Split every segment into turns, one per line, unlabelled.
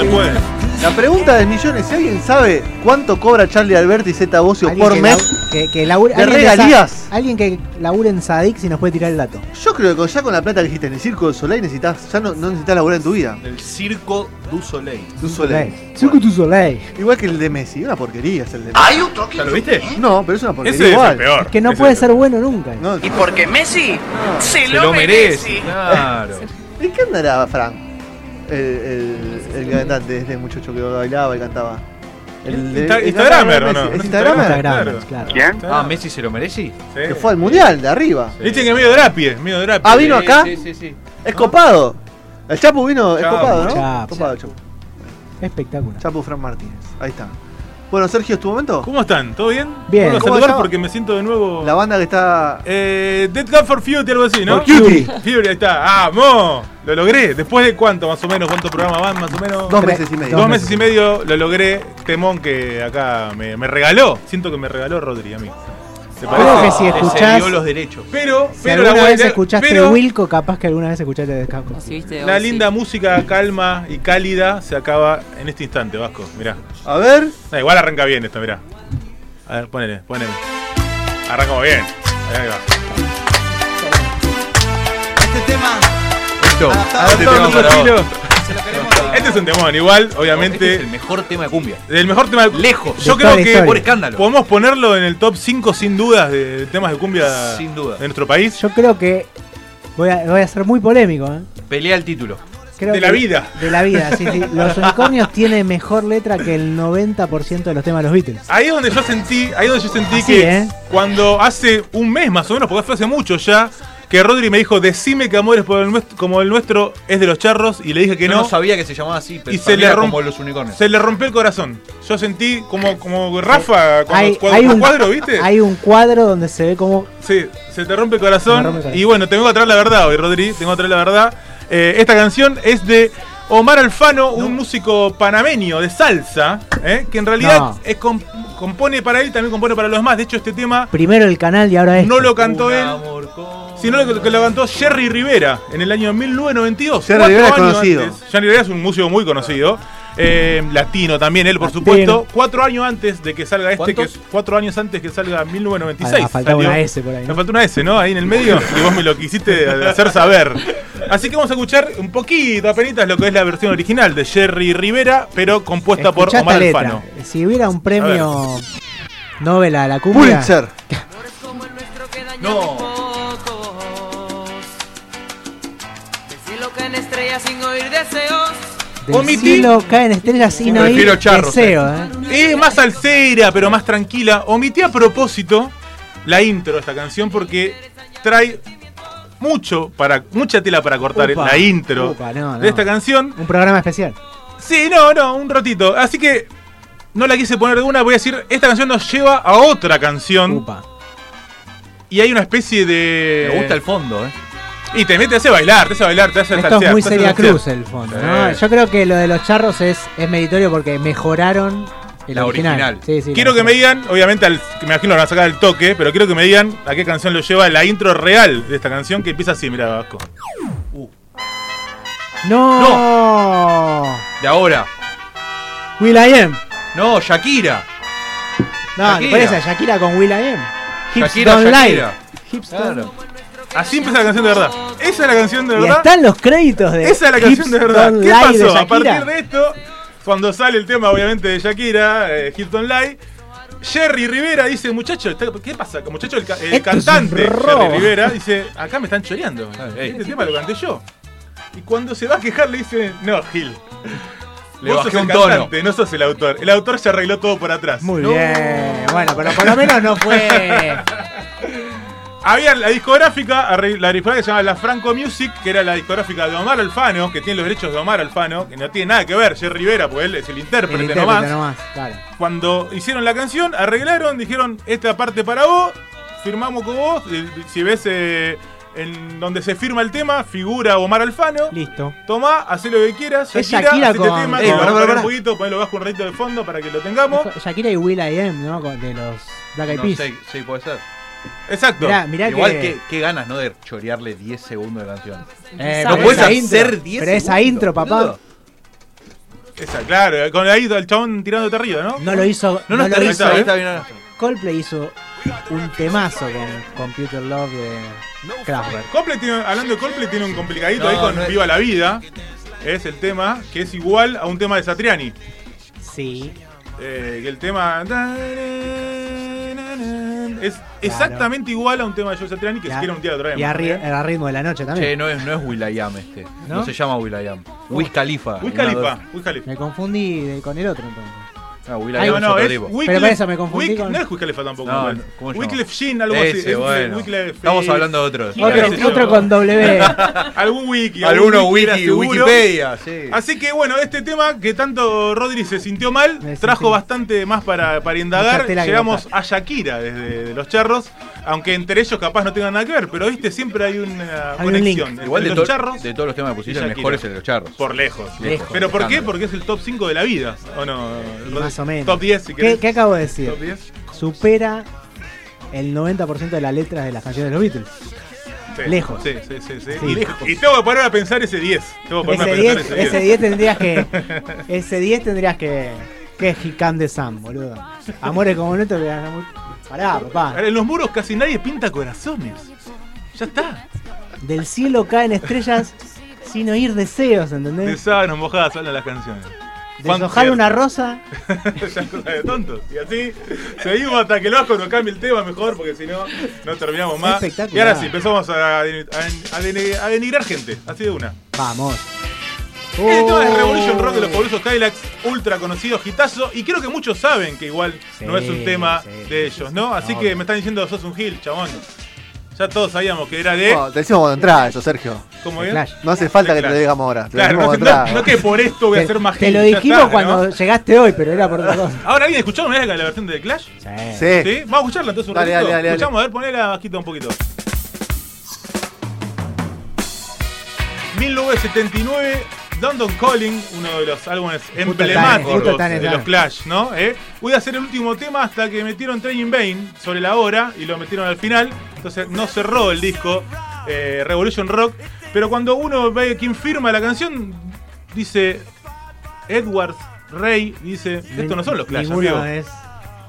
después.
La pregunta del millón es si alguien sabe cuánto cobra Charlie Alberti y Zeta Bosio por
que
mes.
labu- que, que labure-
¿De
alguien que sa-
regalías?
alguien que labure en Sadik si nos puede tirar el dato.
Yo creo que ya con la plata que dijiste en el Circo del Soleil necesitas, ya no, no necesitas laburar en tu vida.
El circo du Soleil.
Tu Soleil.
Circo du Soleil.
Igual que el de Messi, una porquería es el de Messi.
Hay otro que
¿Ya lo viste?
No, pero es una porquería
Ese es
igual.
el peor.
Es que no
Ese
puede
es el
ser bueno nunca.
No,
Y porque Messi se,
peor. Se lo merece. Claro.
¿En qué andará Frank? El, el, el cantante, este muchacho que bailaba y cantaba. El de-
Insta-
el
Instagramer,
cantante de
¿o no?
Messi. ¿Es
¿No es
Instagramer?
Instagramer?
Instagram,
Claro.
claro.
¿Quién?
Ah,
Ah, Messi se lo merece.
Sí.
Que fue al mundial de arriba.
Viste que es medio drapie, es medio drapie.
Ah, vino
Sí,
acá.
Sí, sí, sí.
Es copado. El Chapu vino, es
Chapu.
copado, ¿no?
Chapu.
Copado, Chapu.
Espectacular.
Chapu Fran Martínez. Ahí está. Bueno, Sergio, ¿es tu momento?
¿Cómo están? ¿Todo bien?
Bien.
Bueno,
¿Cómo
saludar
estaba?
porque me siento de nuevo.
La banda que está.
Eh, Dead Cup for Fury, algo así, ¿no?
For Cutie.
Fury, ahí está. ¡Vamos! Lo logré. ¿Después de cuánto, más o menos? ¿Cuántos programas van, más o menos?
Dos
Tre-
meses y medio.
Dos meses y medio lo logré. Temón que acá me, me regaló. Siento que me regaló Rodri a mí. ¿Te
Creo que si
Se
escuchás.
dio los derechos.
Pero,
Si
pero, la,
alguna vez
buena-
escuchaste
pero
Wilco, capaz que alguna vez escuchaste de Descampo.
la linda música calma y cálida se acaba en este instante, Vasco. Mirá.
A ver.
No, igual arranca bien esto, mirá. A ver, ponele, ponele. Arrancamos bien. Ahí va.
Este tema
Esto.
adaptado
Este, tema para vos.
se lo queremos dedicar.
Este es un temón, igual,
Este
obviamente.
es el mejor tema de cumbia.
El mejor tema
Lejos.
Yo creo
De toda la
que
historia.
Por escándalo.
podemos ponerlo en el top 5 sin dudas de temas de cumbia
Sin duda.
de nuestro país.
Yo creo que voy a, voy a ser muy polémico. ¿eh?
Pelea el título.
Creo
De la
que-
vida.
De la vida, sí, sí. Los unicornios tienen mejor letra que el 90% de los temas de los Beatles.
Ahí es donde yo sentí, ahí es donde yo sentí
Así,
que
¿eh?
cuando hace un mes más o menos, porque fue hace mucho ya, que Rodri me dijo, decime que amores por el nuestro- como el nuestro es de los charros, y le dije que
Yo
no.
no sabía que se llamaba así, pero
Y
para
se
mí
le
era
romp-
como los unicornios.
se le rompió el corazón. Yo sentí como, como Rafa, cuando
Hay-
cuadro,
hay
por
un-
cuadro, ¿viste?
Hay un cuadro donde se ve como
Sí, se te rompe el corazón.
Se me rompe el corazón.
Y bueno, tengo que traer la verdad hoy, Rodri. Tengo que traer la verdad. Eh, esta canción es de Omar Alfano, un músico panameño de salsa, ¿eh? que en realidad
No.
es com- compone para él, también compone para los demás. De hecho, este tema
primero el canal y ahora este. es.
no lo cantó
Un
él,
amor con-
sino lo que, que lo cantó Jerry Rivera en el año 1992.
Jerry
cuatro
Rivera es
años
conocido.
antes. Jerry Rivera es un músico muy conocido. eh, latino también él, por
Latino.
supuesto. Cuatro años antes de que salga este, que
¿Cuántos?
es cuatro años antes que salga 1996.
Ah, faltaba
salió.
una S por ahí.
Me
¿no?
faltó una S, ¿no? Ahí en el medio. Y vos me lo quisiste hacer saber. Así que vamos a escuchar un poquito, apenas lo que es la versión original de Jerry Rivera, pero compuesta por
Escuchá esta
Omar
letra.
Alfano.
Si hubiera un premio Nobel a la cumbia,
Pulitzer.
No.
Cielo caen estrellas sin oír deseos.
del
Omití.
cielo caen estrellas sin
Prefiero
oír
charros,
deseo. ¿eh?
Es más salsera, pero más tranquila. Omití a propósito la intro de esta canción porque trae mucho para mucha tela para cortar
Upa,
la intro
upa, no, no.
de esta canción.
Un programa especial.
Sí, no, no, un ratito. Así que no la quise poner de una. Voy a decir, esta canción nos lleva a otra canción
Upa.
y hay una especie de.
Me gusta el fondo, eh.
Y te mete, te hace bailar, te hace bailar, te hace
Esto es
salsear,
muy
te hace
Celia
salsear.
Cruz el fondo. ¿no?
Sí.
Yo creo que lo de los charros es, es meritorio porque mejoraron el
La original.
Sí, sí,
Quiero
la
que me
original.
digan, obviamente, al- que me imagino lo van a sacar el toque, pero quiero que me digan a qué canción lo lleva la intro real de esta canción que empieza así, mira Vasco.
No.
De ahora.
Will I Am.
No, Shakira.
No,
Shakira.
por eso, Shakira con Will I Am. Hips
Shakira,
Don't Lie.
Shakira.
Hips Don't-
Claro.
Así empieza la canción de verdad. Esa es la canción de
Y
verdad.
están los créditos de.
Esa es la
Hips
canción de verdad.
Don't
¿Qué
Lie de
pasó? a
Shakira.
partir de esto, cuando sale el tema, obviamente, de Shakira, eh, Hilton Light, Jerry Rivera dice, muchacho, está- ¿qué pasa? Muchacho, el, ca- el
Esto es un
cantante Jerry
robo.
Rivera dice, acá me están choreando.
Claro,
Este
ey.
tema lo canté yo. Y cuando se va a quejar le dice, no, Gil.
Le
vos
bajé
sos el
un tono.
cantante, no sos el autor. El autor se arregló todo por atrás.
Muy bien. Bueno, pero por lo menos no fue.
Había la discográfica, arre- la discográfica que se llamaba La Franco Music, que era la discográfica de Omar Alfano, que tiene los derechos de Omar Alfano, que no tiene nada que ver, Jerry Rivera, pues él es el intérprete,
El
nomás.
intérprete nomás, claro.
Cuando hicieron la canción, arreglaron, dijeron, esta parte para vos, firmamos con vos, eh, si ves eh, en donde se firma el tema, figura Omar Alfano.
Listo.
Tomá, hacé lo que quieras,
Es
Shakira,
Shakira
hacete
con-
tema,
Eh,
te lo vamos a
pará, pará,
poner un
pará.
poquito, ponelo bajo un ratito de fondo para que lo tengamos.
Shakira y Will I Am, ¿no? Con- De los Black Eyed
No,
Peas.
sí, sí, puede ser.
Exacto.
Mirá, mirá
Igual
que.
que... qué ganas, ¿no? De chorearle 10 segundos de canción.
Eh,
No
pero
puedes
esa
hacer
intro,
10
Pero esa
segundos,
intro, papá,
boludo.
Esa, claro, eh, con ahí el chabón tirándote arriba, ¿no?
no lo hizo. No,
No, no,
lo
está, bien,
hizo.
está bien, está bien, ahora.
Coldplay hizo un temazo con Computer Love de Kraftwerk.
Coldplay tiene- hablando de Coldplay, tiene un complicadito
No,
ahí con
no es-
Viva la Vida. Es el tema que es igual a un tema de Satriani.
Sí.
Eh, que el tema. Es exactamente igual a un tema de Joe Satriani que
Y
si
a-
quieren un día lo traemos.
Y a, ri-
¿eh?
a ritmo de la noche también.
Che, no es, no es Will I Am este. No,
¿No?
se llama Will I Am. Wiz Khalifa.
Wiz
Una
Khalifa,
dos-
Wiz Khalifa.
Me confundí de- con el otro entonces.
No, Will I
Ay,
Am
No,
es
no,
otro
es
tipo.
Wyclef-
Pero por eso me confundí
Wyc-
con-
No es Wiz Khalifa tampoco.
No,
me
no,
parece.
¿cómo se llama?
Wyclef Jean, algo así.
Ese,
es
bueno.
Wyclef-
Estamos hablando de otro.
Otro,
sí, sí.
otro con W.
Algún wiki.
Alguno
algún
wiki,
era seguro.
Wikipedia, sí.
Así que bueno, este tema que tanto Rodri se sintió mal,
Me sentí-
trajo bastante más para, para
Mucha
indagar.
tela que
Llegamos a Shakira desde los charros, aunque entre ellos capaz no tengan nada que ver, pero viste, siempre hay una
Hay un link.
conexión. entre
Igual de,
los
to-
charros,
de todos los temas que pusiste,
y
el mejor
Shakira.
es el de los charros.
por lejos.
Lejos.
¿Pero por qué?
Escándalo.
Porque es el top 5 de la vida, ¿o no?
Y
Rodri?
más o menos.
Top 10, si
¿Qué,
querés.
qué acabo de decir?
Top 10.
Supera el 90% de las letras de las canciones de los Beatles.
Sí,
Lejos.
Sí, sí, sí. sí.
Sí.
Y,
Lejos.
y tengo que parar a pensar ese 10. Tengo que parar
Ese
a pensar
10,
ese
ese
10.
10 tendrías que. Ese 10 tendrías que. Que es Hikam de Sam, boludo. Amores como nuestro que ganan muy- Pará, papá.
Ahora, En los muros casi nadie pinta corazones. Ya está.
Del cielo caen estrellas sin oír deseos,
De
¿entendés?
sábanas mojadas salen las canciones.
Deshojar una rosa.
Esas cosas de tontos. Y así seguimos hasta que el Vasco nos cambie el tema mejor, porque si no, no terminamos más. Y
Espectacular.
ahora sí, empezamos a, den- a den- a dene- a denigrar gente, así de una.
Vamos.
El tema de
Oh.
Revolution Rock de los fabulosos Kylax, ultra conocido, hitazo. Y creo que muchos saben que igual no es un
Sí,
tema
sí,
de ellos, ¿no? Así
No.
que me están diciendo, sos un gil, chabón. Ya todos sabíamos que era de.
Bueno, te decimos cuando entras eso, Sergio.
¿Cómo
De
es?
Clash.
No hace falta que te
Claro.
lo digamos ahora. Te lo
Claro,
decimos
no,
cuando
no,
entrás.
no que por esto voy a
Te-
ser más
Te
gil,
lo
ya
dijimos
está, ¿no?
cuando llegaste hoy, pero era por otra cosa.
Ahora alguien escucharon una vez la versión de The Clash.
Sí.
Sí.
¿Sí? Vamos a escucharla entonces un ratito.
Dale, dale, dale, dale.
Escuchamos, a ver, ponela bajita un poquito. 1979, London Calling, uno de los álbumes
justo
emblemáticos
está en
de
esa.
los Clash, ¿no? ¿Eh? Voy a hacer el último tema hasta que metieron Training Bane sobre la hora y lo metieron al final. Entonces no cerró el disco eh, Revolution Rock. Pero cuando uno ve quien firma la canción, dice Edwards Rey, dice, esto no son los Clash,
Ninguno
amigo.
es.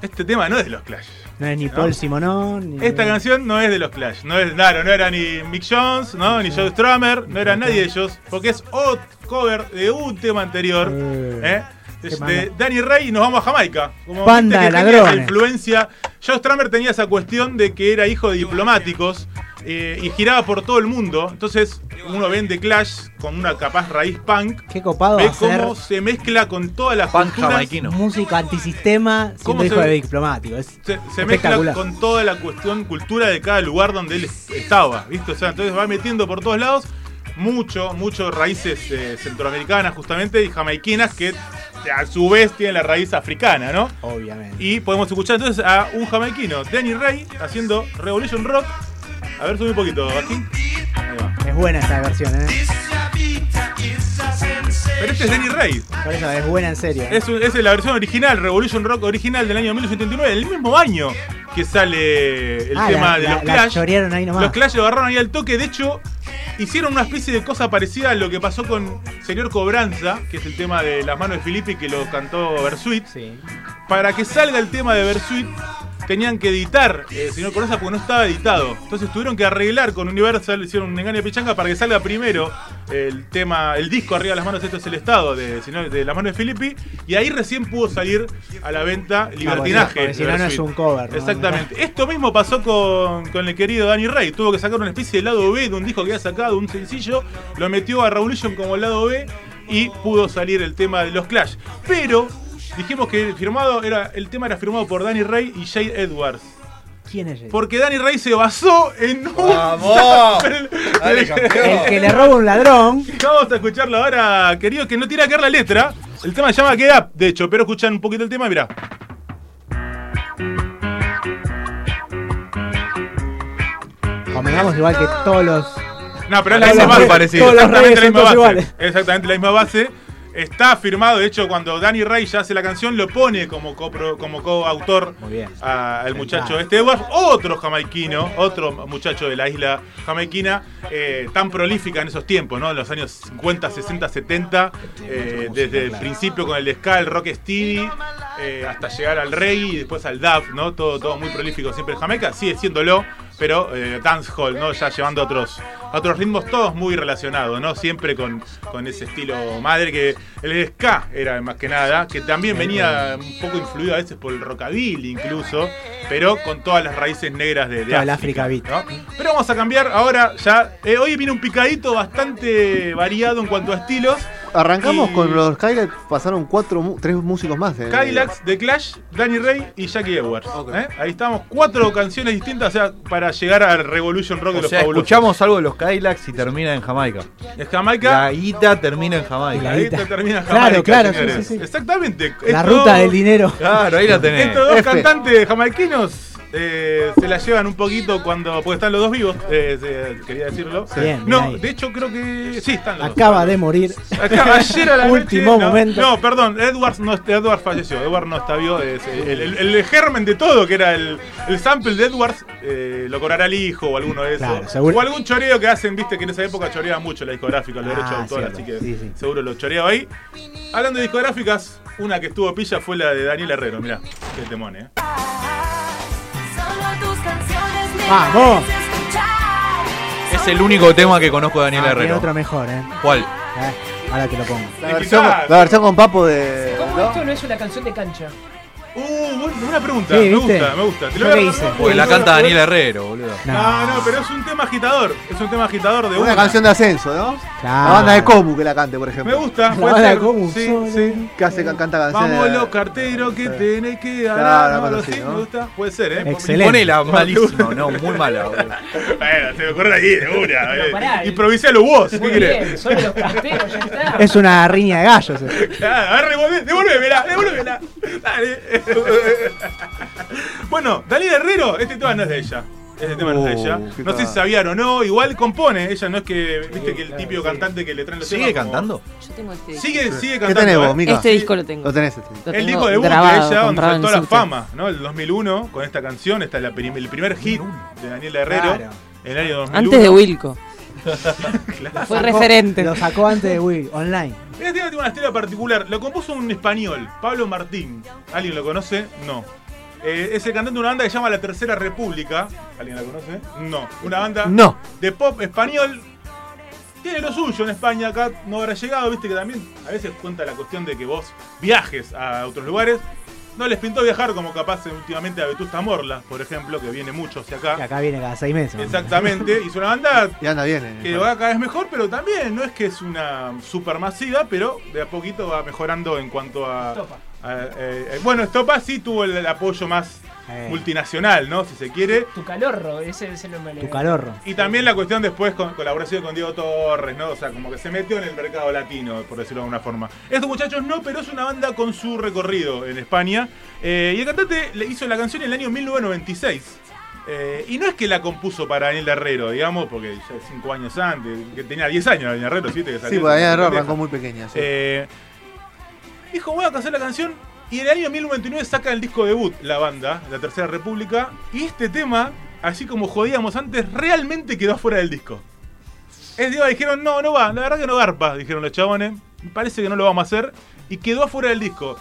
Este tema no es de los Clash.
No es ni
No.
Paul Simonón. ni-
Esta canción no es de los Clash, no es, claro, no era ni Mick Jones, ¿no? ni Joe Strummer, no era nadie de ellos, porque es otro cover de un tema anterior, ¿eh?
Eh,
De-
qué
de
malo.
Danny Ray y nos vamos a Jamaica. Como viste que
Banda de
tenía esa
ladrones.
influencia. Joe Strummer tenía esa cuestión de que era hijo de diplomáticos eh, y giraba por todo el mundo. Entonces uno ve en The Clash con una capaz raíz punk,
Qué copado
ve
hacer
cómo se mezcla con todas las
Punk
culturas.
jamaiquino.
música antisistema
¿Cómo
siendo hijo
se-
de diplomático. Es
se, se mezcla
espectacular.
con toda la cuestión cultura de cada lugar donde él estaba, ¿viste? O sea, entonces va metiendo por todos lados mucho, mucho raíces eh, centroamericanas justamente y jamaiquinas que eh, a su vez tienen la raíz africana, ¿no?
Obviamente.
Y podemos escuchar entonces a un jamaiquino, Danny Ray, haciendo Revolution Rock. A ver, sube un poquito, Bajín. Ahí va.
Es buena esta versión, ¿eh?
Pero este es Danny Ray.
Por eso es buena en serio. ¿eh?
Es, un- es la versión original, Revolution Rock original del año 1979, el mismo año que sale el
Ah,
tema
la-
de
la-
los
la
Clash.
chorearon ahí nomás.
Los Clash lo agarraron ahí al toque. De hecho, hicieron una especie de cosa parecida a lo que pasó con Señor Cobranza, que es el tema de Las manos de Filippi que lo cantó Versuit.
Sí.
Para que salga el tema de Versuit, tenían que editar eh, Señor Cobranza porque no estaba editado. Entonces tuvieron que arreglar con Universal, hicieron un engaño de pichanga para que salga primero el tema, el disco arriba de las manos, esto es el estado de, Señor- de Las manos de Filippi. Y ahí recién pudo salir a la venta Libertinaje.
Ah, bueno, porque si no, no es
Versuit.
un cover. ¿no?
Exactamente. Esto mismo pasó con, con el querido Danny Ray. Tuvo que sacar una especie de lado B de un disco que había sacado, un sencillo. Lo metió a Revolution como lado B y pudo salir el tema de los Clash. Pero dijimos que el, firmado era, el tema era firmado por Danny Ray y Jay Edwards.
¿Quién es Jay?
Porque Dani Rey se basó en un.
¡Vamos!
sample
Dale, campeón.
El que le roba un ladrón.
Vamos a escucharlo ahora, querido, que no tiene que ver la letra. El tema se llama Get Up, de hecho, pero escuchan un poquito el tema, mirá.
Convengamos igual que todos los.
No, pero es la
Todos
misma
los
base.
re- todos los
Exactamente la
reyes son
misma base.
todos iguales.
Exactamente la misma base. Está firmado, de hecho, cuando Danny Ray ya hace la canción, lo pone como copro- como coautor
Muy bien.
a- al muchacho este Edwards, otro jamaiquino, otro muchacho de la isla jamaiquina, eh, tan prolífica en esos tiempos, ¿no? En los años 50, 60, 70, eh, desde el principio con el ska, el rock steady, eh, hasta llegar al reggae y después al dub, ¿no? Todo, todo muy prolífico siempre en Jamaica, sigue siéndolo, pero eh, dancehall, ¿no? Ya llevando a otros, a otros ritmos, todos muy relacionados, ¿no? Siempre con, con ese estilo madre que el ska era más que nada, que también venía un poco influido a veces por el rockabilly incluso, pero con todas las raíces negras de, de
Todo el África Beat.
¿no? Pero vamos a cambiar ahora ya. eh, hoy viene un picadito bastante variado en cuanto a estilos.
Arrancamos
Y-
con los Kylax, pasaron cuatro, mu- tres músicos más. en-
Kylax, The Clash, Danny Ray y Jackie Edwards. ¿eh? Ahí estamos, cuatro canciones distintas o sea, para llegar al Revolution Rock de
O
los
sea,
fabulosos.
escuchamos algo de los Kylax y termina en Jamaica.
Es Jamaica.
La guita termina en Jamaica.
La
ahí
guita.
te termina
Claro,
Jamaica,
claro,
señores.
sí, sí, sí.
Exactamente.
La
Estos-
ruta del dinero.
Claro, ahí la tenés.
Estos dos
F.
cantantes jamaiquinos eh, se la llevan un poquito cuando. Porque están los dos vivos, eh, se- quería decirlo.
Bien,
no,
bien ahí.
de hecho creo que. Sí, están los dos.
Acaba de morir.
Acá, ayer a la noche,
Último
no,
momento.
No, perdón, Edwards no Edward falleció. Edward no está vivo. es eh, el, el- el germen de todo, que era el, el sample de Edwards, eh, lo cobrará el hijo o alguno de esos.
Claro, seguro.
O algún choreo que hacen, viste que en esa época choreaba mucho la discográfica, los
Ah,
derechos de autor,
cierto.
así que
Sí, sí.
seguro lo choreaba ahí. Hablando de discográficas, una que estuvo pilla fue la de Daniel Herrero. Mirá, qué temón, eh. Ah,
Vamos.
Es el único tema que conozco de Daniel
Ah, tiene
Herrero.
otro mejor, eh.
¿Cuál?
Ah, Ahora te lo pongo.
La versión,
Explicar.
la versión con Papo de.
¿Cómo
¿no?
esto no es una canción de cancha?
Uh, bueno, buena pregunta.
Sí,
me
¿viste?
gusta, me gusta. Te
Yo
lo voy
qué
a
hice.
agarrar.
Porque la canta Daniel Herrero, boludo.
No, no, pero es un tema agitador. Es un tema agitador de
Una canción de ascenso, ¿no?
Claro.
La banda de Comu que la cante, por
Me
ejemplo.
gusta.
La
puede
banda
ser.
de Comu,
Sí,
solo.
sí.
Que hace, can- canta canciones.
Vamos los carteros que tenés que ganar.
Claro,
no,
bueno,
lo
sí,
sé,
¿no?
me gusta. Puede ser, ¿eh?
Excelente.
Ponela malísima, no, muy mala, boludo.
Bueno, se me ocurre ahí de una.
Pero
eh.
pará, el-
Improvisalo vos, ¿qué
Muy
querés?
bien, son de los carteros, ya está.
Es una riña de gallos. eh.
Claro, a ver, devolvé- devolvémela, devolvémela. Dale. bueno, Daniel Herrero, este tema no es de ella. Este tema no es de
Oh,
ella.
qué
No sé si
cagada.
sabían o no, igual compone. Ella no es que, viste que el
claro,
típico
sí.
cantante que le traen los
¿Sigue
temas como-
cantando?
Yo tengo este disco.
Sigue, sigue
¿Qué
cantando.
tenés
¿eh?
vos, Mica?
Este disco lo tengo.
Lo tenés este.
Lo
El
tengo
disco debut
grabado,
de ella, donde
comprado en
saltó a la
Sucre.
fama, ¿no? El 2001, con esta canción, está la prim- el primer hit de Daniela Herrero,
Claro.
en el año 2001.
Antes de Wilco. Fue
Sacó-
referente.
Lo sacó antes de Will, online.
Este tema tiene una estrella particular, lo compuso un español, Pablo Martín. ¿Alguien lo conoce? No. Eh, es el cantante de una banda que se llama La Tercera República. ¿Alguien la conoce? No. Una banda
No.
de pop español. Tiene lo suyo en España, acá no habrá llegado, viste que también a veces cuenta la cuestión de que vos viajes a otros lugares. No les pintó viajar como capaz últimamente a Vetusta Morla, por ejemplo, que viene mucho hacia
Que
acá.
acá viene cada seis meses.
Exactamente. Y es una banda
Y anda bien. eh.
que va cada vez mejor, pero también no es que es una supermasiva, pero de a poquito va mejorando en cuanto a. a- eh, eh, bueno, Estopa sí tuvo el, el apoyo más
Eh.
multinacional, ¿no? Si se quiere.
Tu calorro, ese es el nombre.
Tu calorro.
Y también la cuestión después con colaboración con Diego Torres, ¿no? O sea, como que se metió en el mercado latino, por decirlo de alguna forma. Estos muchachos no, pero es una banda con su recorrido en España. Eh, y el cantante le hizo la canción en el año 1996. Eh, y no es que la compuso para Daniel Herrero, digamos, porque ya cinco años antes, que tenía 10 años Daniel Herrero, 7 que salió.
Sí, porque Daniel Herrero arrancó muy pequeña. sí.
Eh, dijo, voy a hacer la canción. Y en el año 1999 saca el disco debut la banda, La Tercera República. Y este tema, así como jodíamos antes, realmente quedó afuera del disco. Es digo, dijeron, no, no va, la verdad que no garpa, dijeron los chabones. Me parece que no lo vamos a hacer. Y quedó afuera del disco.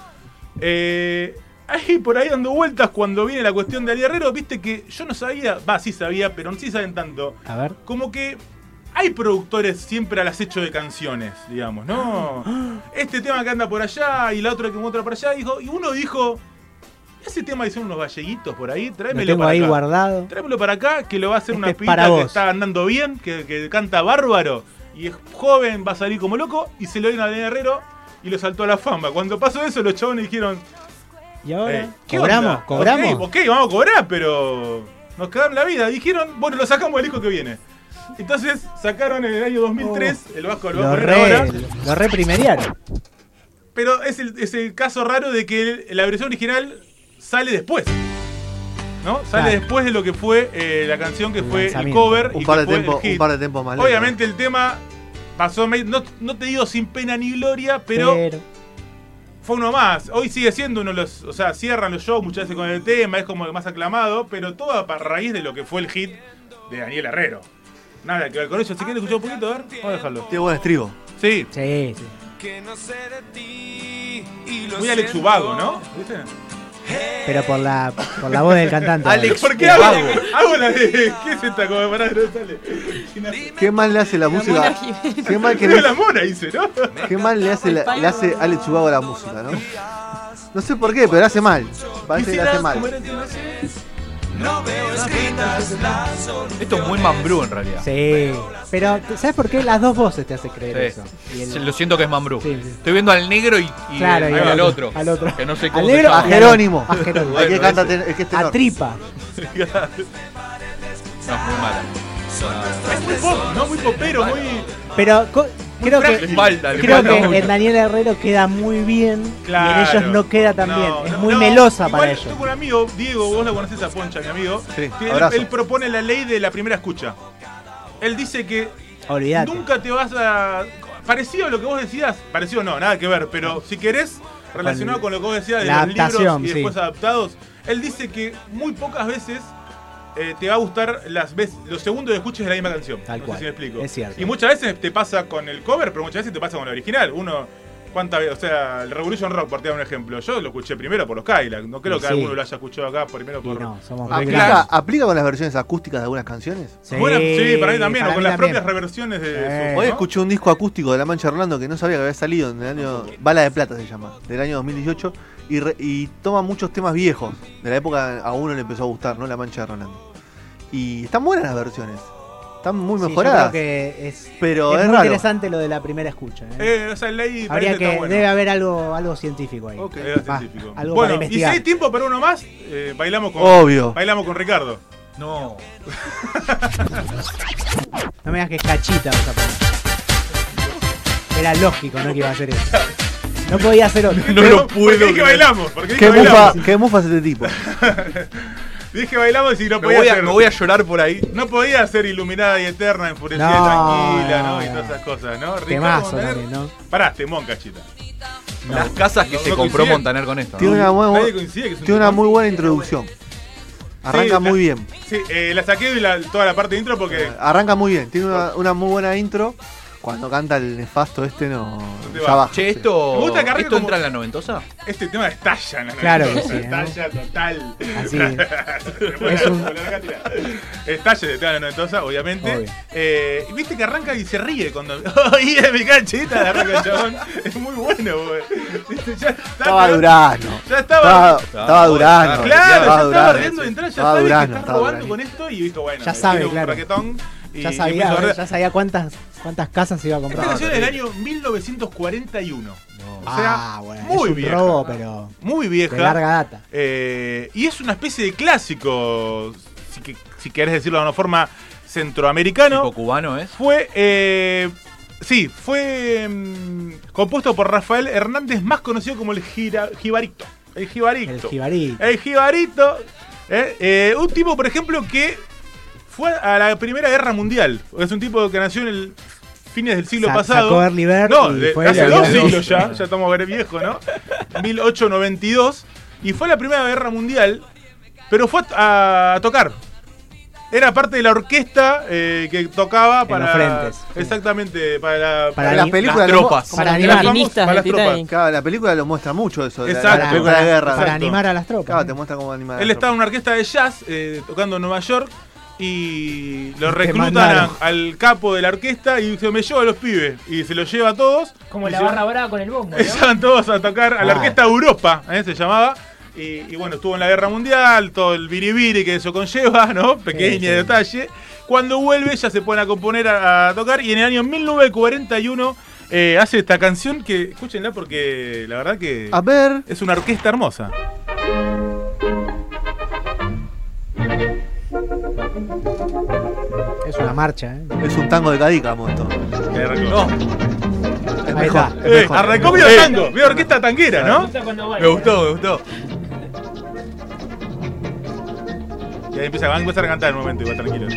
Eh, ahí por ahí dando vueltas cuando viene la cuestión de Ali Herrero, viste que yo no sabía, va, sí sabía, pero no sí saben tanto
A ver.
como que hay productores siempre al acecho de canciones, digamos, ¿no? Este tema que anda por allá y la otra que otra por allá, dijo, y uno dijo, ese tema hicieron unos galleguitos por ahí,
Lo
tráemelo
tengo
para
ahí
acá.
guardado.
Tráemelo para acá, que lo va a hacer
Este
una
es
pibita
para
que
vos.
está andando bien, que, que canta bárbaro, y es joven, va a salir como loco, y se lo dio a Daniel Herrero y lo saltó a la fama. Cuando pasó eso, los chabones dijeron,
Y ahora.
"Ey, Eh, ¿qué
¿Cobramos?
onda?
¿Cobramos?
Ok, ok, vamos a cobrar, pero... Nos cagaron la vida. Dijeron, bueno, lo sacamos el disco que viene. Entonces sacaron en el año 2003 el Vasco lo va a
Oh, Lo,
poner
re,
ahora.
lo reprimeriaron.
Pero es el, es el caso raro de que el- la versión original sale después. ¿No? Sale
Claro.
después de lo que fue eh, la canción que fue el
lanzamiento.
cover. y
Un par
que
de
fue el
tiempos, un
hit.
par de tiempos más. lento.
Obviamente el tema pasó, me- no, no te digo sin pena ni gloria, pero fue uno más. Hoy sigue siendo uno de los. O sea, cierran los shows muchas veces con el tema, es como el más aclamado, pero todo a pa- raíz de lo que fue el hit de Daniel Herrero. Nada que ver con eso. Si quieren escuchar un poquito, a ver, vamos a dejarlo.
Tiene buen estribo.
Sí,
Sí, sí.
muy Alex Ubago, ¿no? ¿Viste?
Pero por la, por la voz del cantante.
Alex ¿Por qué hago, hago la de. ¿Qué es esta como pará, no sale?
Qué mal le hace la música. Qué mal que
Creo
le,
la mona, dice, ¿no?
qué mal le hace, la- le hace Alex Ubago a la música, ¿no? No sé por qué, pero hace mal. Parece que le hace
¿Cómo era el
mal.
tema ese?
Esto es muy mambrú en realidad.
Sí. Pero, ¿sabes por qué? Las dos voces te hace creer
Sí.
eso. Y el-
Lo siento que es mambrú.
Sí, sí.
Estoy viendo al negro y, y
Claro,
al,
y
al
al
otro.
al otro.
Que no sé cómo
Al
se
negro
llama.
A Jerónimo.
A Jerónimo.
El que
Bueno,
canta
ese.
ten- el que es
A
tenor.
tripa.
No, es muy mala.
Es muy pop, ¿no? Muy popero, muy.
Pero co- creo
Le
que.
falta, le
Creo
falta mucho.
que en Daniel Herrero queda muy bien y en
Claro.
ellos no queda tan bien.
No,
Es
no,
muy
no.
melosa para
Igual
ellos.
Tengo un amigo, Diego, vos la conocés a Poncha, mi amigo.
Sí,
que él,
abrazo.
él propone la ley de la primera escucha. Él dice que
Olvídate.
nunca te vas a. Parecido a lo que vos decías, parecido no, nada que ver, pero si querés, relacionado con lo que vos decías de
La
los libros
adaptación,
y
sí.
después adaptados, él dice que muy pocas veces. eh, te va a gustar las veces, los segundos que escuches de la misma canción.
Tal
no
cual.
Sé si me explico.
Es cierto.
Y muchas veces te pasa con el cover, pero muchas veces te pasa con la original. Uno, ¿cuántas veces? O sea, el Revolution Rock, por dar un ejemplo. Yo lo escuché primero por los Cadillac. No creo
Y
que
sí.
alguno lo haya escuchado acá primero
Y
por.
no, somos
Ah, claro.
muy grandes.
¿Aplica, aplica con las versiones acústicas de algunas canciones?
Bueno, sí, para mí también, o
para
con
mí
las
también.
propias reversiones de
Eh.
su-
Hoy
¿no?
escuché un disco acústico de La Mancha Orlando que no sabía que había salido en el año. Bala de Plata se llama, del año 2018. Y, re- y toma muchos temas viejos. De la época a uno le empezó a gustar, ¿no? La Mancha de Orlando. Y están buenas las versiones. Están muy
Sí, yo
mejoradas.
creo que es,
pero
es
es,
muy
raro.
interesante lo de la primera escucha. ¿eh?
Eh, esa ley parece
Habría
está
que,
buena.
debe haber algo, algo científico ahí.
Ok,
Ah,
era científico.
algo para
bueno, y si
investigar.
hay tiempo para uno más, eh, bailamos con
Obvio.
bailamos con Ricardo.
No.
No me digas que es cachita vas a poner. Era lógico, ¿no? Que iba a hacer eso. No podía hacer otro.
No
Pero, ¿por
lo
qué
puedo
Dije
creer.
bailamos, porque dije
¿Qué mufa,
bailamos.
¿Qué mufa es este tipo?
Dije bailamos y no
Me
podía
voy, a,
hacer-
me voy a llorar por ahí.
No podía ser iluminada y eterna, enfurecida,
No,
tranquila, ¿no? Y
no.
todas esas cosas, ¿no? Ricardo
Temazo
Montaner-
también, ¿no?
Pará, temón, cachita.
Las casas que
No,
se
no
compró
coinciden.
Montaner con esto.
Tiene una,
¿no?
muy,
Nadie
bu-
coincide que es un
tiene una
temón.
muy buena introducción. Arranca
la-
muy bien.
Sí, eh, la saqué de la- toda la parte de intro porque
Arranca muy bien. Tiene una, una muy buena intro. Cuando canta el nefasto este no.
te
Ya
va.
baja.
Che,
sí.
esto.
Me gusta que arranque
¿Esto
como-
entra en la noventosa?
este tema estalla. ¿no?
Claro que sí, ¿no?
Estalla total.
Así.
es
Es
un...
un-
Estalla de tema de la noventosa, obviamente.
Obvio.
Eh, y Viste que arranca y se ríe cuando. ¡Oye, mi cachita! Arranca el chabón. Es muy bueno, güey. Viste, ya está,
Estaba
pero-
Durano.
Ya
Estaba,
estaba.
estaba Durano.
Claro, ya
estaba
estaba riendo de entrar, ya
Estaba
sabe que
Durano,
estás
estaba
robando
Durano.
con esto y dijo, bueno,
Ya
me
sabe,
tiro un
claro.
raquetón y
Ya
y empiezo a
sabía,
ver-
ya sabía cuántas, cuántas casas iba a
Esta
comprar.
canción es del año 1941. O sea,
ah, bueno,
muy
es un
vieja.
robo, pero
muy
de
vieja.
larga data.
Eh, y es una especie de clásico, si, que- si querés decirlo de alguna forma, centroamericano.
Tipo cubano, ¿es?
Fue. eh, sí, fue mm, compuesto por Rafael Hernández, más conocido como el gira- Jibarito. El Jibarito.
El jibarí.
El jibarito. ¿eh? Eh, un tipo, por ejemplo, que fue a la Primera Guerra Mundial. Es un tipo que nació en el fines del siglo
Sa-
pasado.
Sacó Early Bird
no,
y
de-
fue
hace
el-
dos
el-
siglos ya. Ya estamos ver viejo, ¿no? 1892. Y fue a la Primera Guerra Mundial, pero fue a, a tocar. Era parte de la orquesta eh, que tocaba para.
los frentes.
Exactamente, para la.
Para
la
ni-
película
las
lo mo-
tropas.
como-
Para
las
animar,
famosas-
Alpinistas
para las
del
tropas.
Titanic.
Claro, la película lo muestra mucho eso. de la-
Exacto.
La
para,
película de
para-
guerra.
para
Exacto.
animar a las tropas. ¿eh?
Claro, te
¿no?
muestra cómo animar.
Él estaba en una orquesta de jazz eh, tocando en Nueva York y lo
Te
reclutan
mandaron.
a- al capo de la orquesta y dice, me llevo a los pibes. Y se los lleva a todos.
Como
Y
la
se-
barra brava con el bombo, ¿no?
Estaban todos a tocar a la
Ah.
orquesta Europa, ¿eh? se llamaba. Y, y bueno, estuvo en la guerra mundial, todo el biribiri que eso conlleva, ¿no? Pequeño
Sí, sí.
detalle. Cuando vuelve ya se ponen a componer, a, a tocar. Y en el año 1941 eh, hace esta canción que, escúchenla porque la verdad que
Ah.
A ver.
es una orquesta hermosa.
marcha, ¿eh?
Es un tango de Cadica, mosto.
No,
Es
Ahí está.
mejor. es
eh,
mejor.
arrancó medio tango, medio orquesta tanguera, ¿no?
Gusta cuando
Me
baila.
gustó, me gustó. Y ahí empieza, van a empezar a cantar en un momento, igual tranquilo.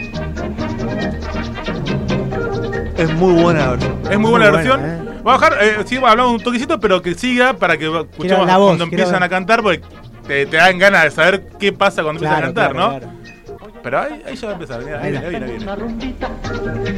Es muy buena la versión.
Es muy buena la
Muy
versión.
buena,
Va a bajar, eh, sí, hablamos un toquecito, pero que siga para que escuchemos
la voz,
cuando
quiero
empiezan
ver.
a cantar, porque te, te dan ganas de saber qué pasa cuando
Claro,
empiezan a cantar,
claro,
¿no? Pero ahí, ahí ya va a empezar, mira, ahí
Ahí
viene, ahí viene, ahí viene.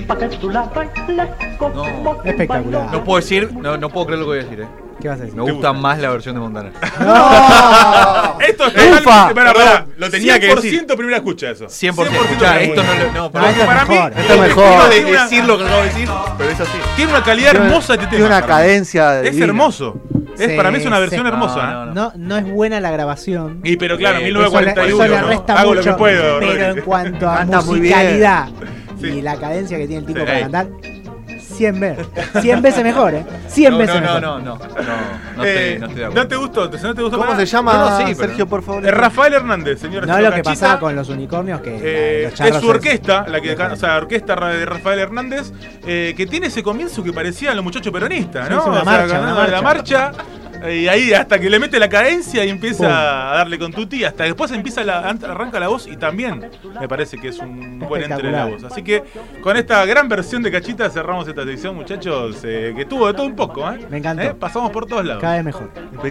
No,
claro. Espectacular.
no puedo decir, no, no puedo creer lo que voy a decir, eh.
¿Qué vas a decir?
Me gusta más la versión de Montana.
Esto es totalmente-
Ufa.
pará, pará,
Lo tenía que decir.
100% primera escucha eso.
100%. Escuchá,
primera
esto
escucha.
no lo. No,
No, esto
pará.
es
para mí,
mejor.
Esto es
Lo que
mejor.
quiero
de
Tiene una-
decir lo que acabo de decir, pero es así.
Tiene una calidad
Tiene una-
hermosa este tema.
Tiene una
para mí.
cadencia.
Es
divina.
hermoso. Es
Sí,
para mí es una
sí.
versión
No,
hermosa. ¿eh?
no, no.
No, no es buena la grabación.
Y pero claro,
Eh,
eso
1941.
le
¿no?
resta
Hago
mucho,
lo que puedo.
pero
Rodri.
en cuanto a
Canta muy bien.
musicalidad
Sí.
y la cadencia que tiene el tipo
Sí.
para cantar, 100 veces. 100 veces mejor, ¿eh? 100
No,
veces
no, no,
mejor.
no, no, no,
Eh,
no estoy, no estoy de
no
acuerdo.
te gustó, entonces no te gustó.
¿Cómo
para
se
nada.
llama,
Bueno, sí, pero-
Sergio, por favor?
Eh, Rafael Hernández, señora
No
Chico
lo que
Canchita.
pasaba con los unicornios que
Eh,
la- los
es
charros
su orquesta, la que o sea, orquesta ra- de Rafael Hernández, eh, que tiene ese comienzo que parecía a los muchachos peronistas,
Sí,
¿no?
es una
O sea,
marcha,
con
una
la marcha. eh, Y ahí hasta que le mete la cadencia y empieza a darle con tu tía. Hasta después empieza la, an- arranca la voz y también me parece que es un buen entre la voz. Así que con esta gran versión de Cachita cerramos esta sección, muchachos, eh, que tuvo de todo un poco. ¿eh?
Me encantó.
¿Eh? Pasamos por todos lados.
cada vez mejor.